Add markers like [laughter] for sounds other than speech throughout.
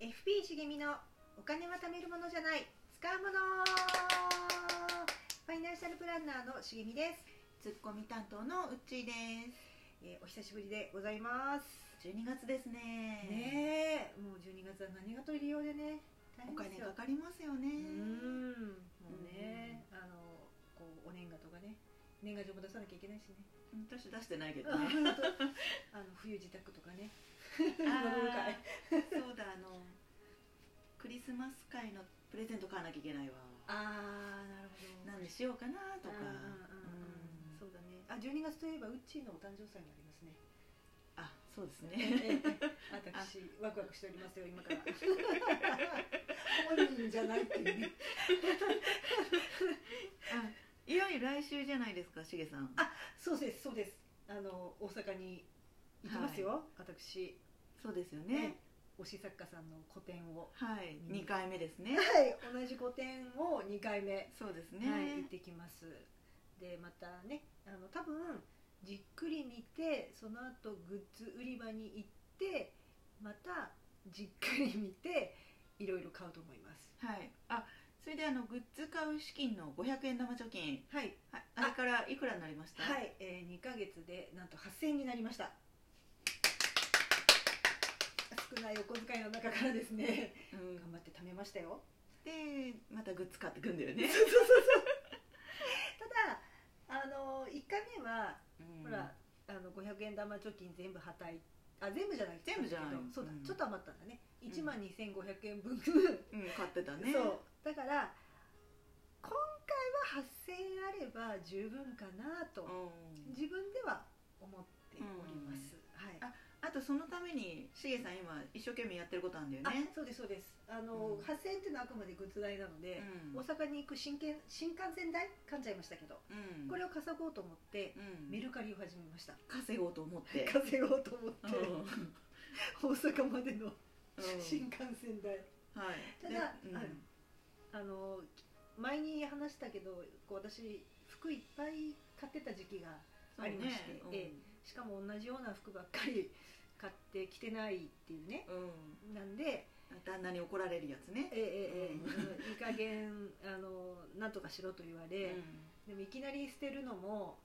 ー茂みのお金は貯めるものじゃない使うものファイナンシャルプランナーの茂みです、ツッコミ担当のうっちーでえーお久しぶりでございますす12月ですねねえもう12月は何がとりようでね大お変で金すよかかりますよねうーんもうねあのこうお年賀とかね年賀状も出さなきゃいけないしね [laughs] 私出してないけあどのね冬支度とか [laughs] ねあ飲む [laughs] 会ーそうだあのクリスマス会のプレゼント買わなきゃいけないわああなるほ何にしようかなとかうんうんうんうんうんそうだねあ12月といえばうっちーのお誕生祭もありますねあそうですねええ私ワクワクしておりますよ今から本人じゃないっていうねあ [laughs] いよいよ来週じゃないですかしげさんそうですそうですあの大阪に行きますよ、私そうですよね推し作家さんの個展をはいうん2回 [laughs] 目ですねはい同じ個展を2回目、そうですはい、行っねてきますでまたねあの多分じっくり見てその後グッズ売り場に行ってまたじっくり見ていろいろ買うと思いますはいあそれであのグッズ買う資金の500円玉貯金はいはいあれからいくらになりましたはい、えー、2ヶ月でなんと8000円になりました少ないお小遣いの中からですねうん頑張って貯めましたよでまたグッズ買ってくんだよね、ただあの1回目は、うほんらあの500円玉貯金全部はたいあ全部じゃない全部じゃないけどそうだ、うんちょっと余ったんだねん1万2500円分、うん、買ってたねそうだから今回は8000円あれば十分かなと、うん自分では思っております、はいあとそのためにしげさん今一生懸命やってることあるんだよねあそうですそうですあの、うん8000円っていうのはあくまでグッズ代なので、う大阪んに行く新幹新幹線代噛んじゃいましたけど、うんこれを稼ごうと思って、うんメルカリを始めました稼ごうと思って稼ごうと思って、うん大阪までのうん新幹線代、はいただではうんいあの前に話したけどこう私服いっぱい買ってた時期がそうねありましてうんええしかも同じような服ばっかり買って着てないっていうねうんなんで旦那に怒られるやつねええええええうんいい加減あのなんとかしろと言われ、でもいきなり捨てるのも、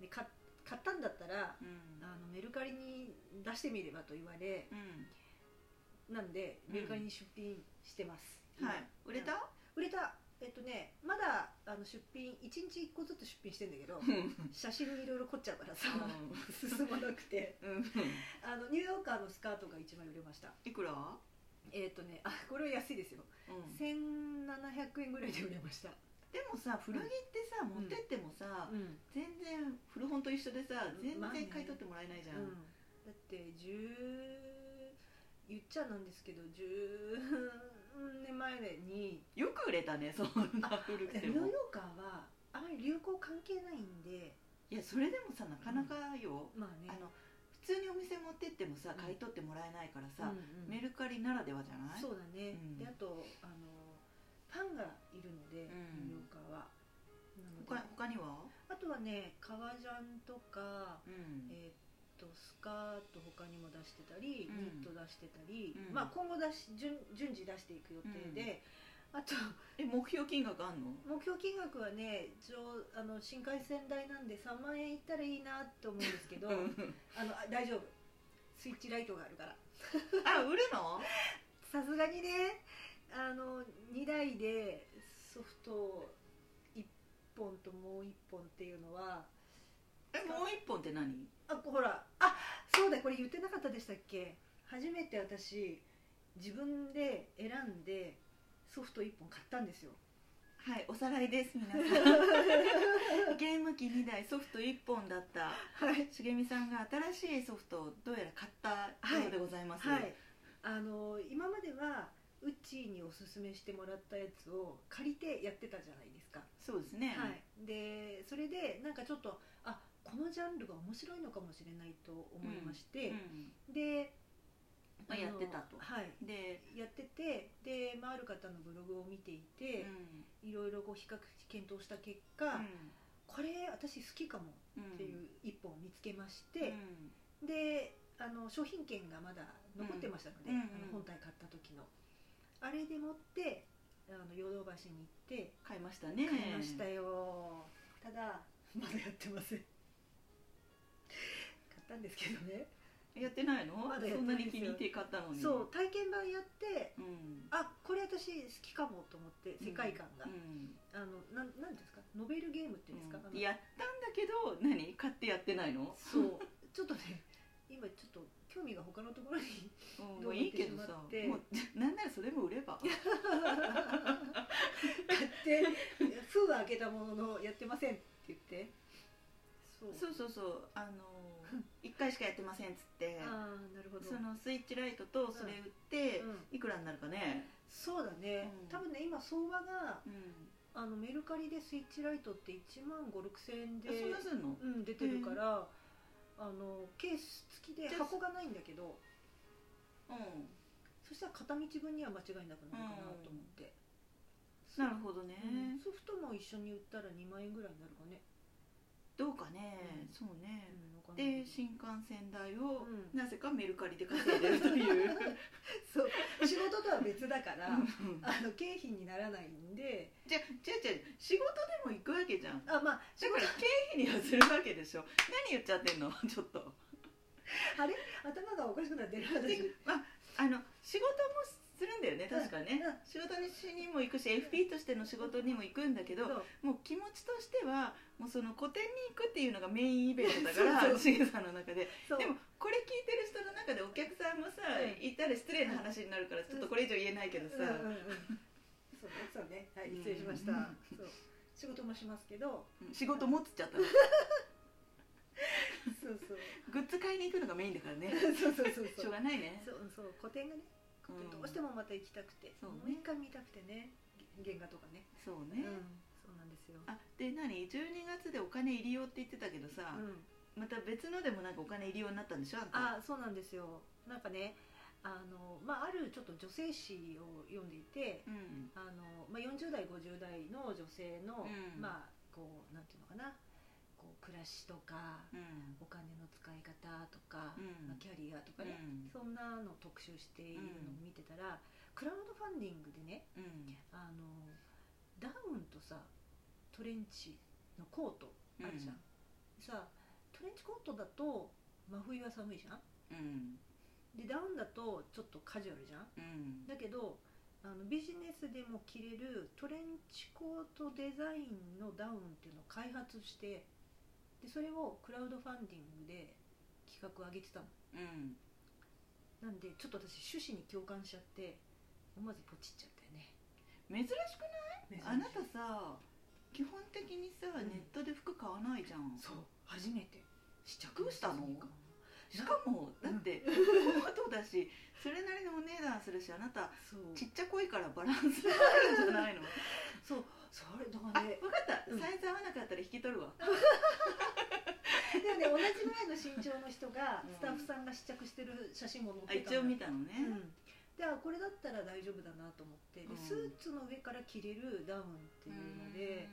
ね、か買ったんだったらうんうんあのメルカリに出してみればと言われうんなんでうんメルカリに出品してます、はい売れた売れたえっとねまだあの出品1日1個ずつ出品してんだけど写真いろいろ凝っちゃうからさ進まなくてうんうんあのニューヨーカーのスカートが1枚売れましたいくらえっとねあこれは安いですようん1700円ぐらいで売れました、でもさ古着ってさん持ってってもさうん全然古本と一緒でさ全まあね然買い取ってもらえないじゃうんだん、って10言っちゃなんですけど10年前によく売れたねそんな古ニくュてーもヨーカーはあまり流行関係ないんでいやそれでもさなかなかよ、まあねあの普通にお店持ってってもさん買い取ってもらえないからさう、んうんメルカリならではじゃないそうだね、うんであとあのパンがいるので、んニューヨーカーはなので他他には、あとはね革ジャンとか、うんえーっとスカート他にも出してたり、うんニット出してたり、うんまあ、今後出し順順次出していく予定で、あとえ目標金額あんの目標金額はね一応あの新幹線代なんで3万円いったらいいなと思うんですけど [laughs] あのあ大丈夫スイッチライトがあるからあ売るのさすがにねあの2台でソフトを1本ともう1本っていうのはえもう一本って何あほらあそうだこれ言ってなかったでしたっけ初めて私自分で選んでソフト1本買ったんです [laughs] よはいおさらいです皆さん [laughs] ゲーム機2台ソフト1本だったはいしげみさんが新しいソフトをどうやら買ったようでございます、はいあの今まではウッチーにおすすめしてもらったやつを借りてやってたじゃないですかそうですね、はい、でそれでなんかちょっとあこのジャンルが面白いのかもしれないと思いまして、うんで、まああのやってたとはい、で、やっててで、まあ、ある方のブログを見ていて、んいろいろこう比較検討した結果、これ私好きかもうんっていう一本を見つけましてう、んであの商品券がまだ残ってましたので、うんうんあの本体買った時の。あれでもってあのヨドバシに行って買いましたね買いましたよ、ただまだやってません買ったんですけどねやってないのまだやっそてなんないんにですよ気に入って買ったのにそう体験版やってうん、あこれ私好きかもと思って世界観が、うんあのなんなんていうんですかノベルゲームっていうんですか、あのやったんだけど何買ってやってないのそうちょっとね今ちょっと興味が他のところにうんどうもなってういいけどしさまってもう [laughs] なんならそれも売れば買って封は開けたもののやってませんって言ってそうそうそうそうあの1回しかやってませんっつってああなるほどそのスイッチライトとそれ売って、うんいくらになるかね、そうだね、うん多分ね今相場がうん、あのメルカリでスイッチライトって1万5 6千円であそんなすんのうん、出てるから、あのケース付きでじゃあ箱がないんだけどうんそしたら片道分には間違いなくなるかなと思って、なるほどね、うんソフトも一緒に売ったら2万円ぐらいになるかね、どうかね、うんそうね、うんわかんないで新幹線代を、うんなぜかメルカリで稼いでるというそう仕事とは別だからうん [laughs] あの経費にならないんで [laughs] じゃじゃじゃ仕事でも行くわけじゃんだかあまあ仕ら事経費にはするわけでしょ [laughs] 何言っちゃってんの [laughs] ちょっとあれ頭がおかしくなってるで私まああの仕事もするんだよね確かね、うんうん仕事にしにも行くし FP としての仕事にも行くんだけど、そうもう気持ちとしてはもうその個展に行くっていうのがメインイベントだからそうそうしげさんの中でそうでもこれ聞いてる人の中でお客さんもさ、うんいたら失礼な話になるからちょっとこれ以上言えないけどさ、うんうんうんそうねそうねはい失礼しました、うんそう仕事もしますけど仕事持っちゃ [laughs] ったのそう [laughs] そうグッズ買いに行くのがメインだからね [laughs] そうそうそうしそょううがないねそうそう個展がねうんどうしてもまた行きたくて、そうねもう一回見たくてねげ原画とかねそうね、うん、そうなんですよ、あで何12月でお金入りようって言ってたけどさ、うん、また別のでもなんかお金入りようになったんでしょあんたあそうなんですよなんかねあの、まあ、あるちょっと女性誌を読んでいてうんあの、まあ、40代50代の女性の、うんまあこうなんていうのかなこう暮らしとかうんお金の使い方とか、うんまあ、キャリアとかうね、んそんなのを特集しているのを見てたら、クラウドファンディングでねうんあのダウンとさトレンチのコートあるじゃん、さトレンチコートだと真冬は寒いじゃんうんでダウンだとちょっとカジュアルじゃんうんだけどあのビジネスでも着れるトレンチコートデザインのダウンっていうのを開発してでそれをクラウドファンディングで企画上げてたのうんなんでちょっと私趣旨に共感しちゃって思わずポチっちゃったよね珍しくあなたさ基本的にさ、うんネットで服買わないじゃんそう初めて試着どうしたのししかかもだなってコートだしそれなりのお値段するしあなたそうちっちゃこいからバランスがあるんじゃ [laughs] ないのそうそれだあからね分かった、うんサイズ合わなかったら引き取るわでもね同じぐらいの身長の人がうんスタッフさんが試着してる写真もあ載ってた一応の見たのね、うんであこれだったら大丈夫だなと思ってでうんスーツの上から着れるダウンっていうので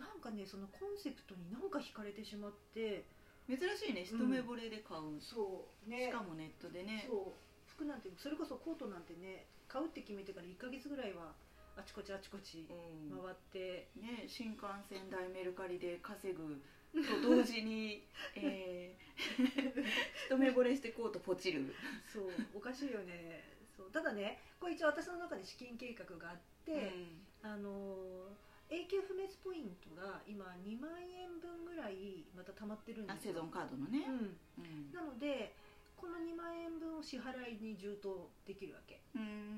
なんかねそのコンセプトになんか惹かれてしまって珍しいね一目惚れで買う、しそうねかもネットでねそう服なんてそれこそコートなんてね買うって決めてから1か月ぐらいはあちこちあちこちうん回って、 [laughs] ね、新幹線代メルカリで稼ぐと同 [laughs] 時に、えー一目惚れしてコートポチるそうおかしいよねそうただねこれ一応私の中で資金計画があって、うんあのー永久不滅ポイントが今2万円分ぐらいまた溜まってるんであすセよゾンカードのね、ううんん、なのでこの2万円分を支払いに充当できるわけ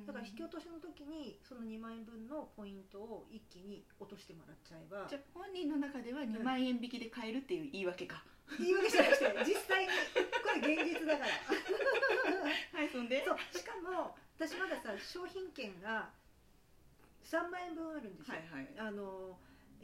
だから引き落としの時にその2万円分のポイントを一気に落としてもらっちゃえばじゃあ本人の中では2万円引きで買えるっていう言い訳か、言い訳じゃなくて実際にこれ現実 [laughs] だからはいそんでそうしかも私まださ商品券が3万円分あるんですよ、はいはいあのー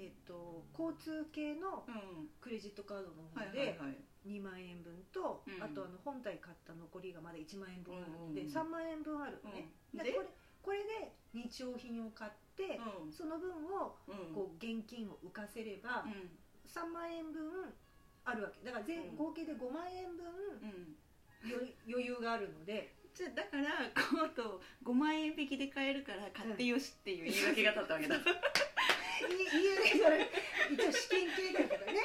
えっと交通系のうんクレジットカードのはい方はいはいで2万円分と、うんあとあの本体買った残りがまだ1万円分あるので、うんうんうん3万円分あるのね、うんででこれこれで日用品を買って、その分をうんうんこう現金を浮かせれば、うん3万円分あるわけだから全、うん合計で5万円分うん [laughs] 余余裕があるのでじゃあだからコート5万円引きで買えるから買ってよしっていう言い訳が立ったわけだ、いいよねそれ一応資金系だから [laughs] ね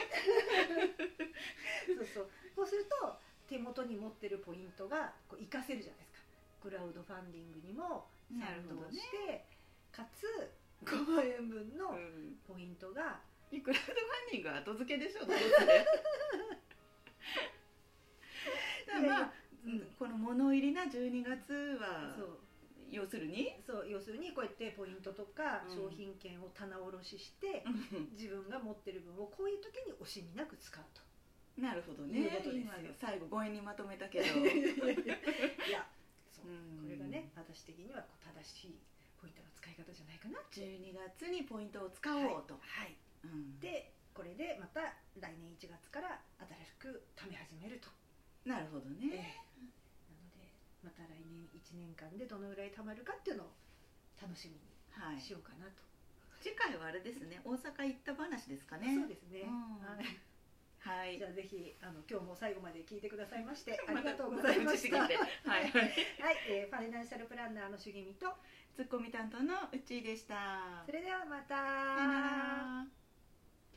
そうそうそうすると手元に持ってるポイントがこう活かせるじゃないですかクラウドファンディングにも [laughs] なるほどねして、かつ5万円分うのんポイントが、いくらウドファンディングは後付けでしょ [laughs] どうせだからまあ、うんうんこの物入りな12月はそう要するにそう要するにこうやってポイントとかうん商品券を棚卸しして、自分が持ってる分をこういう時に惜しみなく使うと。なるほどねいうことですよ今の最後5円にまとめたけ [laughs] ど [laughs] いやそううんこれがね私的にはこう正しいポイントの使い方じゃないかなって12月にポイントを使おうと、はいはいうんでこれでまた来年1月から新しく貯め始めると、なるほどええね、なのでまた来年1年間でどのぐらい貯まるかっていうのを楽しみはいにしようかなと、次回はあれですね大阪行った話ですかねそうですね、うんはいはいじゃあぜひあの今日も最後まで聞いてくださいましてあまりたがとうございました。はございましたはいい、えーファイナンシャルプランナーの茂みとツッコミ担当のうちでしたそれではまた。さよなら